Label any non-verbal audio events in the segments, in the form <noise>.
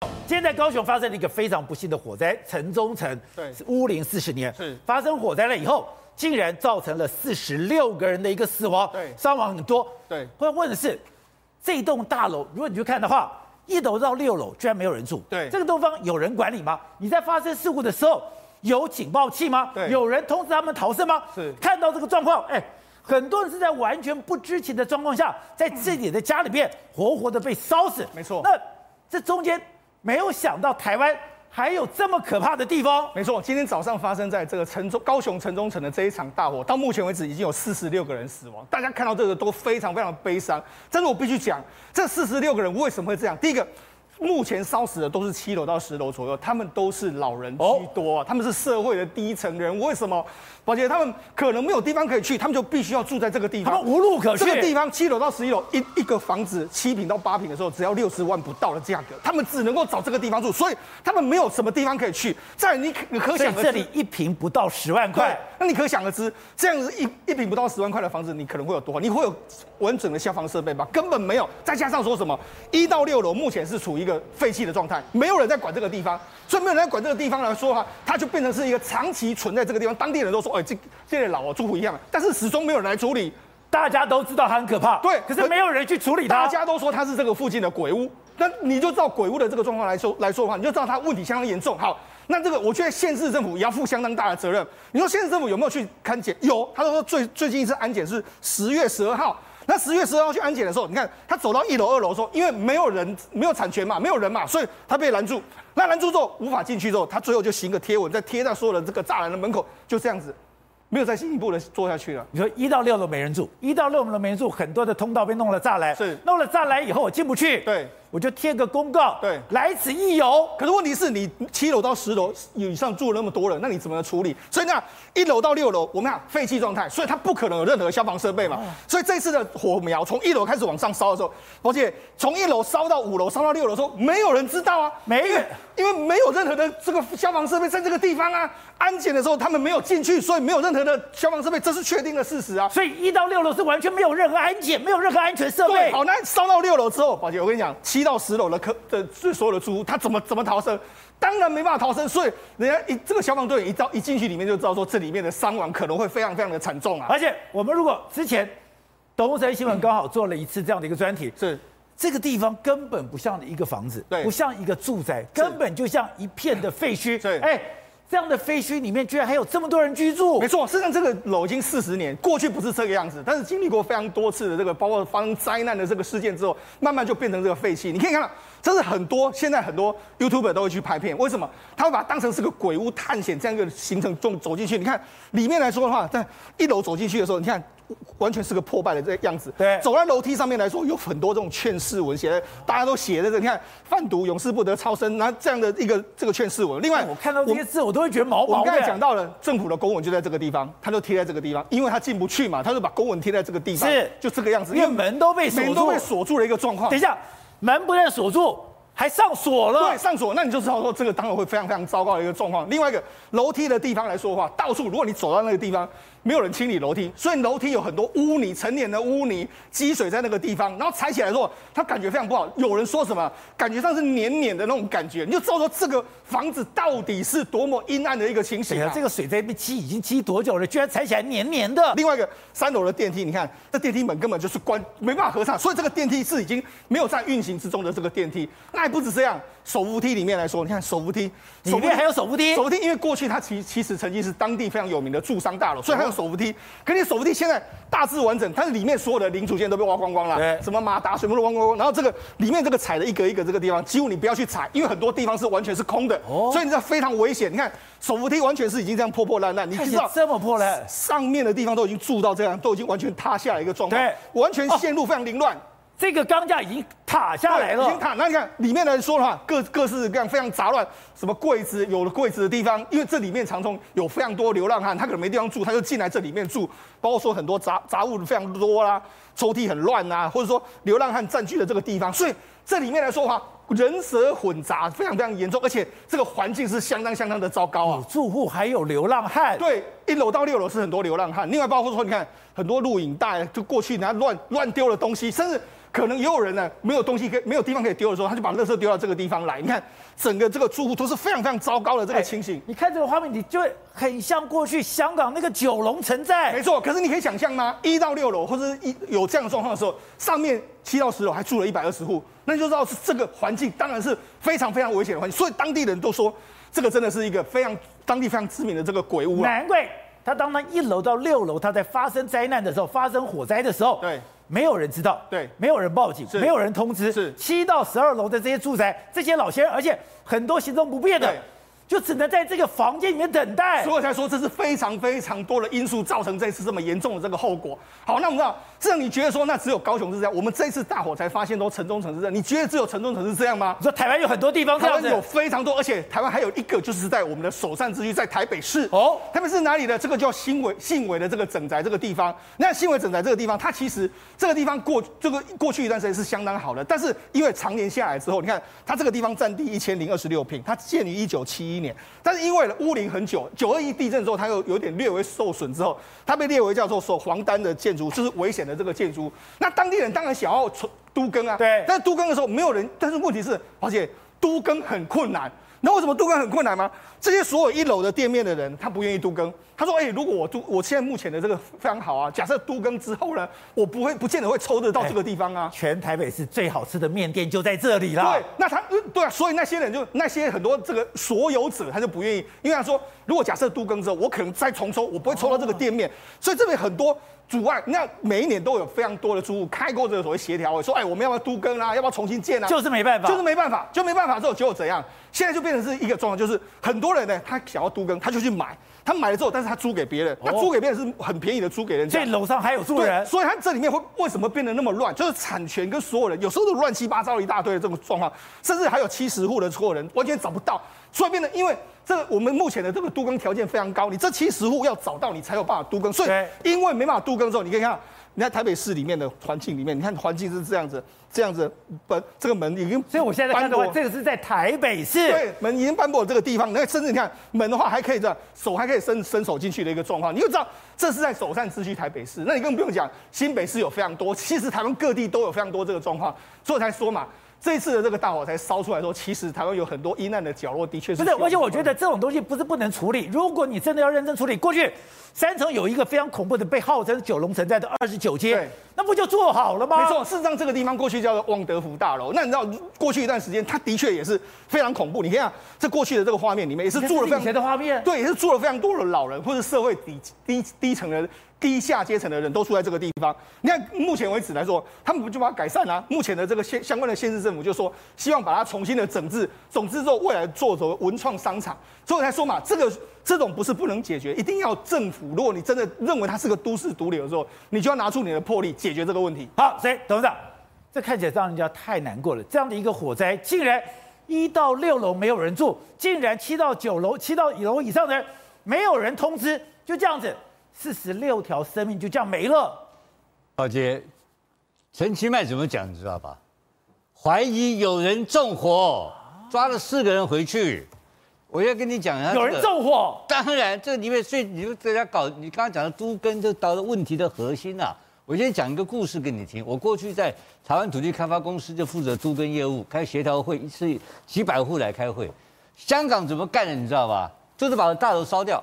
今天在高雄发生了一个非常不幸的火灾，城中城对屋龄四十年，是发生火灾了以后，竟然造成了四十六个人的一个死亡，对伤亡很多。对会问的是，这栋大楼，如果你去看的话，一楼到六楼居然没有人住，对这个地方有人管理吗？你在发生事故的时候有警报器吗？对有人通知他们逃生吗？是看到这个状况，哎。很多人是在完全不知情的状况下，在自己的家里面活活的被烧死。没错那这中间没有想到台湾还有这么可怕的地方。没错，今天早上发生在这个城中高雄城中城的这一场大火，到目前为止已经有四十六个人死亡，大家看到这个都非常非常悲伤。但是我必须讲，这四十六个人为什么会这样？第一个。目前烧死的都是七楼到十楼左右，他们都是老人哦居多啊，他们是社会的低层人。为什么？宝姐，他们可能没有地方可以去，他们就必须要住在这个地方，他们无路可去这个地方七楼到十一楼，一一个房子七平到八平的时候，只要六十万不到的价格，他们只能够找这个地方住，所以他们没有什么地方可以去。再来你可你可所以想而知，这里一平不到十万对块，，那你可想而知，这样子一一平不到十万块的房子，你可能会有多好？你会有完整的消防设备吗？根本没有。再加上说什么一到六楼目前是处于一个废弃的状态，没有人在管这个地方，所以没有人在管这个地方来说的话，它就变成是一个长期存在这个地方。当地人都说，哎、这这里老哦，住户一样，但是始终没有人来处理。大家都知道它很可怕，对可是没有人去处理它。大家都说它是这个附近的鬼屋，那你就照鬼屋的这个状况来说来说的话，你就知道它问题相当严重。好，那这个我觉得县市政府也要负相当大的责任。你说县市政府有没有去勘检？有，他都说最最近一次安检是十月十二号。那十月十二号去安检的时候，你看他走到一楼、二楼的时候，因为没有人、没有产权嘛，没有人嘛，所以他被拦住。那拦住之后无法进去之后，他最后就行个贴文，再贴在所有的这个栅栏的门口，就这样子，没有再进一步的做下去了。你说一到六楼没人住，一到六楼没人住，很多的通道被弄了栅栏，是弄了栅栏以后我进不去，对，我就贴个公告，对来此一游。可是问题是你七楼到十楼以上住了那么多人，那你怎么处理？所以那一楼到六楼，我们讲废弃状态，所以它不可能有任何消防设哦备嘛。所以这次的火苗从一楼开始往上烧的时候，而且从一楼烧到五楼，烧到六楼的时候，没有人知道啊，没人因为因为没有任何的这个消防设备在这个地方啊。安检的时候他们没有进去，所以没有任何的消防设备，这是确定的事实啊。所以一到六楼是完全没有任何安检，没有任何安全设备对，。好，那烧到六楼之后，宝姐，我跟你讲，七到十楼的客的所有的住户，他怎么怎么逃生？当然没办法逃生，所以人家一这个消防队一到一进去里面就知道说，这里面的伤亡可能会非常非常的惨重啊。而且我们如果之前东森新闻刚好做了一次这样的一个专题，是这个地方根本不像一个房子，对不像一个住宅，根本就像一片的废墟。对哎，这样的废墟里面居然还有这么多人居住没。错，事实上这个楼已经四十年，过去不是这个样子，但是经历过非常多次的这个，包括发生灾难的这个事件之后，慢慢就变成这个废弃。你可以看到，这是很多现在很多 YouTuber 都会去拍片，为什么？他会把它当成是个鬼屋探险这样一个行程中走进去。你看里面来说的话，在一楼走进去的时候，你看。完全是个破败的这样子。对走在楼梯上面来说，有很多这种劝世文写在，大家都写在这。你看，贩毒永世不得超生，那这样的一个这个劝世文。另外，我看到这些字，我都会觉得毛毛我们的。刚才讲到了，政府的公文就在这个地方，他就贴在这个地方，因为他进不去嘛，他就把公文贴在这个地方，是就这个样子，因为门都被锁门都住被锁住了一个状况等一。下，门不但锁住，还上锁了对，。上锁，那你就知道说这个当然会非常非常糟糕的一个状况。另外一个楼梯的地方来说的话，到处如果你走到那个地方，没有人清理楼梯，所以楼梯有很多污泥、成年的污泥积水在那个地方，然后踩起来的时候，它感觉非常不好。有人说什么，感觉上是黏黏的那种感觉，你就知道说这个房子到底是多么阴暗的一个情对形哎呀啊，。这个水在被积已经积多久了？居然踩起来黏黏的。另外一个三楼的电梯，你看这电梯门根本就是关，没办法合上，所以这个电梯是已经没有在运行之中的这个电梯。那还不止这样，手扶梯里面来说，你看手扶梯，里面还有手扶梯手扶梯，因为过去它其其实曾经是当地非常有名的住商大楼，所以它有手扶梯。可你手扶梯现在大致完整，但是里面所有的零组件都被挖光光对了，什么马达全部都挖光光。然后这个里面这个踩的一格一格这个地方，几乎你不要去踩，因为很多地方是完全是空的，哦所以你知道非常危险。你看手扶梯完全是已经这样破破烂烂，你看知起来道哎这么破烂。上面的地方都已经住到这样，都已经完全塌下来一个状况，对完全陷入非常凌乱。这个钢架已经塔下来已了经。塌。那你看里面来说的话，各各式各样非常杂乱，什么柜子，有了柜子的地方，因为这里面常中有非常多流浪汉，他可能没地方住，他就进来这里面住，包括说很多杂杂物非常多啦、抽屉很乱啊，或者说流浪汉占据了这个地方，所以这里面来说的话。人蛇混杂，非常非常严重，而且这个环境是相当相当的糟糕啊有！住户还有流浪汉。对，一楼到六楼是很多流浪汉，另外包括说，你看很多录影带，就过去人家乱乱丢的东西，甚至可能也有人呢没有有东西可以没有地方可以丢的时候，他就把垃圾丢到这个地方来。你看整个这个住户都是非常非常糟糕哎的这个情形。你看这个画面，你就会很像过去香港那个九龙城寨没。错，可是你可以想象吗？一到六楼或者是一有这样的状况的时候，上面七到十楼还住了一百二十户，那你就知道是这个环境当然是非常非常危险的环境，所以当地人都说这个真的是一个非常当地非常知名的这个鬼屋啊。难怪他当他一楼到六楼，他在发生灾难的时候，发生火灾的时候，对，没有人知道，对没有人报警，是没有人通知，是七到十二楼的这些住宅，这些老先生，而且很多行动不便的对，就只能在这个房间里面等待。所以我才说这是非常非常多的因素造成这次这么严重的这个后果。好，那我们知道，这样你觉得说那只有高雄是这样，我们这次大火才发现都城中城是这样，你觉得只有城中城是这样吗你？说台湾有很多地方这台样湾子，有非常多，而且台湾还有一个就是在我们的首善之区，在台北市。哦哦，台北市哪里呢？这个叫新围信围的这个整宅这个地方。那新围整宅这个地方，它其实这个地方过这个过去一段时间是相当好的，但是因为常年下来之后，你看它这个地方占地一千零二十六平，它建于一九七一年，但是因为屋龄很久，九二一地震之后，它又有点略微受损之后，它被列为叫做守黄单的建筑，就是危险的这个建筑。那当地人当然想要存都更啊，对但是都更的时候没有人，但是问题是，而且都更很困难。那为什么都更很困难吗？这些所有一楼的店面的人，他不愿意都更。他说：“哎、如果我都，我现在目前的这个非常好啊，假设都更之后呢，我不会不见得会抽得到这个地方啊。全台北市最好吃的面店就在这里啦。对，那他嗯对啊，所以那些人就那些很多这个所有者，他就不愿意，因为他说，如果假设都更之后，我可能再重抽，我不会抽到这个店哦面，所以这边很多阻碍。那每一年都有非常多的租户开过这个所谓协调会，说，哎、我们要不要都更啊？要不要重新建啊？就是没办法，就是没办法，就没办法之后，结果怎样？现在就变成是一个状况，就是很多人呢，他想要都更，他就去买，他买了之后，但是他租给别哦人，那租给别人是很便宜的租给人家所以。楼上还有住对，人。所以它这里面会为什么变得那么乱？就是产权跟所有人有时候都乱七八糟一大堆的这种状况，甚至还有七十户的所有人完全找不到，所以变得因为这个我们目前的这个都更条件非常高，你这七十户要找到你才有办法都更，所以对因为没办法都更之后，你可以看到。你看台北市里面的环境里面，你看环境是这样子，这样子本这个门已经所以我现在看斑到驳这个是在台北市。对，门已经斑驳这个地方，那甚至你看门的话，还可以这样，手还可以伸伸手进去的一个状况，你就知道这是在首善之区台北市。那你更不用讲，新北市有非常多，其实台湾各地都有非常多这个状况，所以才说嘛，这一次的这个大火才烧出来说，其实台湾有很多阴暗的角落，的确是不是，需要而且我觉帮忙得这种东西不是不能处理。如果你真的要认真处理，过去三重有一个非常恐怖的，被号称九龙城寨的二十九街对，那不就做好了吗？没错，，事实上这个地方过去叫做旺德福大楼。那你知道过去一段时间，它的确也是非常恐怖。你看啊这过去的这个画面里面，也是住了非以常前的画面。对，也是住了非常多的老人或者社会底低低层的人低下阶层的人都住在这个地方。你看目前为止来说，他们就把它改善啊。目前的这个县相关的县市政府就说，希望把它重新的整治，整治之后未来做成文创商场。所以我才说嘛，这个这种不是不能解决，一定要政府。如果你真的认为它是个都市毒瘤的时候，你就要拿出你的魄力解决这个问题。好，所以董事长，这看起来让人家太难过了。这样的一个火灾，竟然一到六楼没有人住，竟然七到九楼、七到九楼以上的人没有人通知，就这样子，四十六条生命就这样没了。老杰，陈其迈怎么讲你知道吧？怀疑有人纵火，抓了四个人回去。我要跟你讲啊，有人这个纵火，当然，这里面所以你就大家搞，你刚刚讲的都跟这到了问题的核心啊。我先讲一个故事给你听。我过去在台湾土地开发公司就负责都跟业务，开协调会，一次几百户来开会。香港怎么干的，你知道吧？就是把大楼烧掉。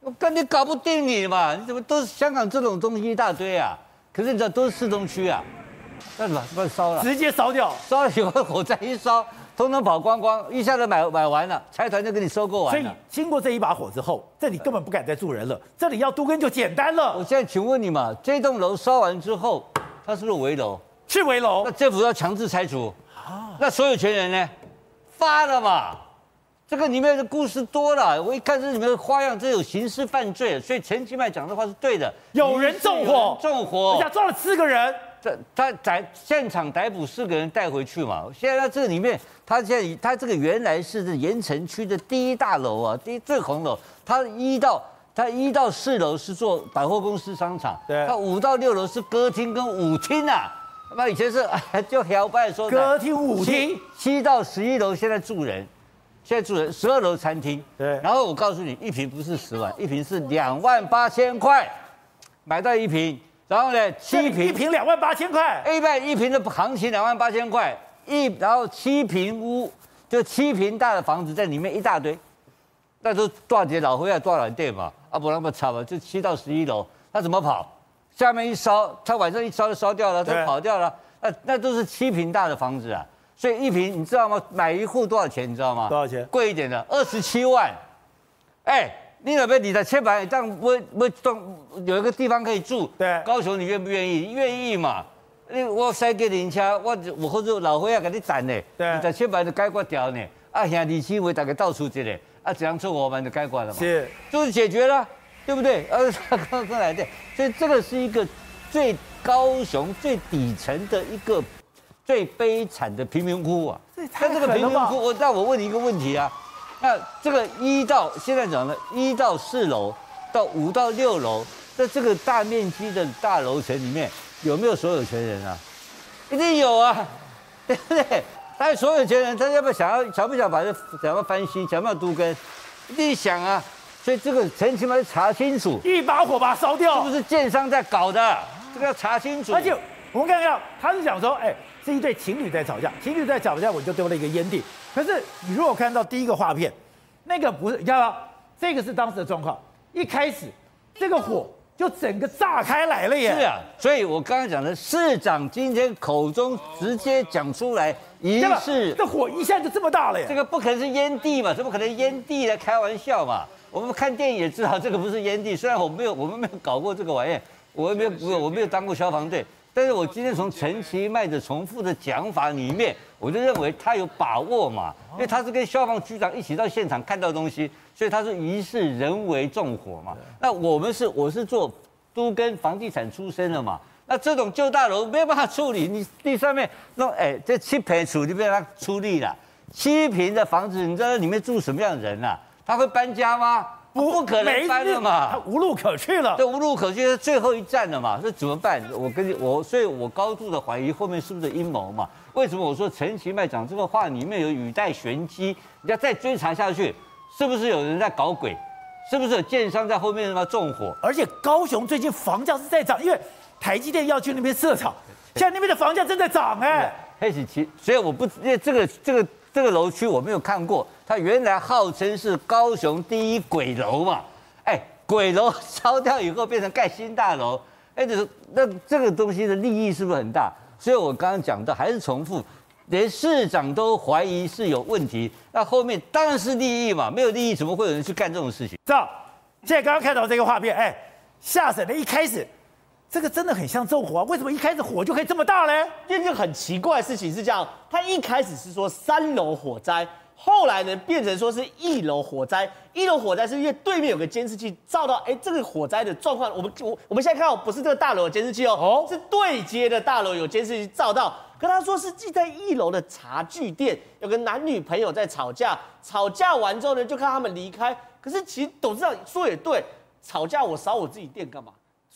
我啊根本搞不定你嘛！你怎么都是香港这种东西一大堆啊？可是你知道都是市中区啊，那把把它烧了。直接烧掉。烧了以后，火灾一烧，通通跑光光，一下子买买完了，财团就给你收购所完以了。经过这一把火之后，这里根本不敢再住人了，这里要都跟就简单我了，现在请问你嘛，这栋楼烧完之后，它是不是围楼？是围楼那。政府要强制拆除，那所有权人呢？发了嘛，这个里面的故事多了，我一看这里面的花样，这有刑事犯罪，所以陈其迈讲的话是对的。有人纵火有人纵火人，家抓了四个人，他他逮现场逮捕四个人带回去嘛。现在他这里面，他现在他这个原来是这盐城区的第一大楼啊，第一最红楼，他一到他一到四楼是做百货公司商场，对他五到六楼是歌厅跟舞厅啊。那以前是 <laughs> 就摇摆说的歌厅舞厅七七到十一楼现在住人，现在住人十二楼餐厅，对然后我告诉你，一瓶不是十万，一瓶是两万八千块。买到一瓶，啊然后呢，七一平瓶两万八千块， A 半一平的行情两万八千块，一然后七平屋就七平大的房子在里面一大堆，那都大姐老灰啊，大软店嘛，啊不那么差嘛，就七到十一楼，他怎么跑？下面一烧，他晚上一烧就烧掉了，对他跑掉了，那那都是七平大的房子啊，所以一平你知道吗？买一户多少钱？你知道吗？多少钱贵一点的二十七万，哎、你准备你的千百，这样我我中有一个地方可以住。对高雄你愿不愿意？愿意嘛？你我塞给人家，我我或者老伙仔给你攒呢，对你的千百就解决掉呢。啊，兄弟姊妹大家到处这里，啊，怎样做我们就解决了嘛。是就是解决了，对不对？呃， <laughs> 刚刚来的，所以这个是一个最高雄最底层的一个最悲惨的贫民窟啊。这也太那这个狠贫了民吧窟，我那我问你一个问题啊，那这个一到现在讲的，一到四楼到五到六楼，在这个大面积的大楼层里面，有没有所有权人啊？一定有啊， <laughs> 对不对？他所有权人，他要不要想要想不想把这想要翻新，想不想都跟，一定想啊。所以这个陈情要查清楚，一把火把它烧是掉不。是建商在搞的？这个要查清楚。而且我们看到他是讲说，哎，是一对情侣在吵架，情侣在吵架，我就丢了一个烟蒂。可是你如果看到第一个画片，那个不是，你看到这个是当时的状况，一开始这个火就整个炸开来了耶。是啊，所以我刚刚讲的，市长今天口中直接讲出来，一对吧，是这火一下就这么大了耶。这个不可能是烟蒂嘛，怎么可能烟蒂来开玩笑嘛？我们看电影也知道这个不是烟蒂，虽然我没有我们没有搞过这个玩意，我也没有我我没有当过消防队，但是我今天从陈其迈的重复的讲法里面，我就认为他有把握嘛，因为他是跟消防局长一起到现场看到东西，所以他是疑似人为纵火嘛。那我们是我是做都跟房地产出身的嘛。那这种旧大楼没有办法处理，你地上面弄哎，这七平处理被他出力了。七平的房子，你知道里面住什么样的人啊？他会搬家吗？不，不可没能搬的他嘛。无路可去了。这无路可去是最后一站了嘛？这怎么办？我跟你我，所以我高度的怀疑后面是不是阴谋嘛？为什么我说陈其迈讲这个话里面有语带玄机？你要再追查下去，是不是有人在搞鬼？是不是有建商在后面他妈纵火？而且高雄最近房价是在涨，因为台积电要去那边设厂，现在那边的房价正在涨哎。黑喜奇，所以我不，因为这个这个这个楼区我没有看过，它原来号称是高雄第一鬼楼嘛，哎，鬼楼 <laughs> 烧掉以后变成盖新大楼，哎，这那这个东西的利益是不是很大？所以我刚刚讲的还是重复，连市长都怀疑是有问题，那后面当然是利益嘛，没有利益怎么会有人去干这种事情？这样，现在刚刚看到这个画面，哎，吓死了！一开始，这个真的很像纵火啊，为什么一开始火就可以这么大嘞？因为这个很奇怪的事情是这样，他一开始是说三楼火灾，后来呢变成说是一楼火灾。一楼火灾是因为对面有个监视器照到，哎，这个火灾的状况，我们我我们现在看到不是这个大楼有监视器哦，哦是对接的大楼有监视器照到。可他说是记在一楼的茶具店，有个男女朋友在吵架，吵架完之后呢，就看他们离开。可是其实董事长说也对，吵架我烧我自己店干嘛？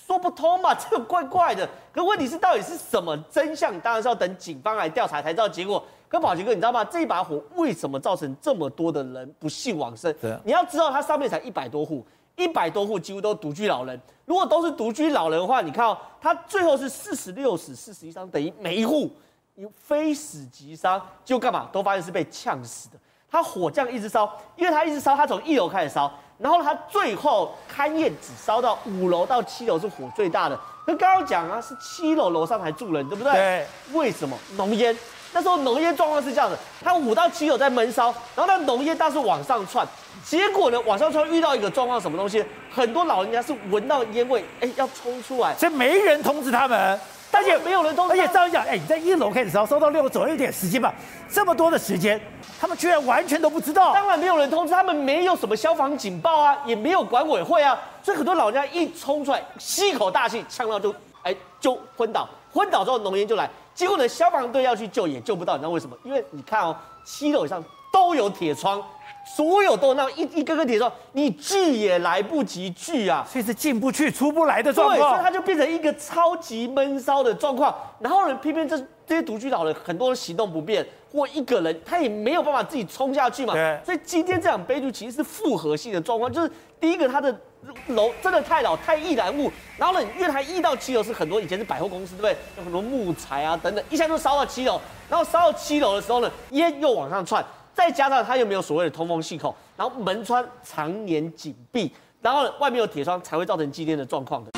说不通嘛， <laughs> 这个怪怪的。可问题是，到底是什么真相？当然是要等警方来调查才知道结果。可宝杰哥，你知道吗？这一把火为什么造成这么多的人不幸往生对啊？你要知道，它上面才一百多户，一百多户几乎都独居老人。如果都是独居老人的话，你看哦，他最后是四十六死，四十一伤，等于每一户有非死即伤，就干嘛都发现是被呛死的。他火这样一直烧，因为他一直烧，他从一楼开始烧，然后他最后勘验只烧到五楼到七楼是火最大的。那刚刚讲啊，是七楼楼上还住人，对不对？对。为什么浓烟？那时候浓烟状况是这样的，它五到七有在闷烧，然后那浓烟但是往上窜，结果呢，往上窜遇到一个状况，什么东西？很多老人家是闻到烟味，哎，要冲出来，所以没人通知他们，而且没有人通知而他且们照理讲，哎，你在一楼开始烧，烧到六楼总有一点时间吧？这么多的时间，他们居然完全都不知道。当然没有人通知，他们没有什么消防警报啊，也没有管委会啊，所以很多老人家一冲出来，吸一口大气，呛到就哎就昏倒，昏倒之后浓烟就来，结果呢消防队要去救也救不到，你知道为什么？因为你看哦，七楼以上都有铁窗，所有都有那种一一根根铁窗，你锯也来不及锯啊，所以是进不去、出不来的状对，所以它况。就变成一个超级闷骚的状况。然后呢，偏偏这这些独居老人很多人行动不便，或一个人他也没有办法自己冲下去嘛对。所以今天这场悲剧其实是复合性的状况，就是第一个他的楼真的太老太易燃物，然后呢，因为它易到七楼是很多以前是百货公司对不对？有很多木材啊等等，一下就烧到七楼，然后烧到七楼的时候呢，烟又往上窜，再加上它又没有所谓的通风系统，然后门窗常年紧闭，然后呢外面有铁窗才会造成今天的状况的。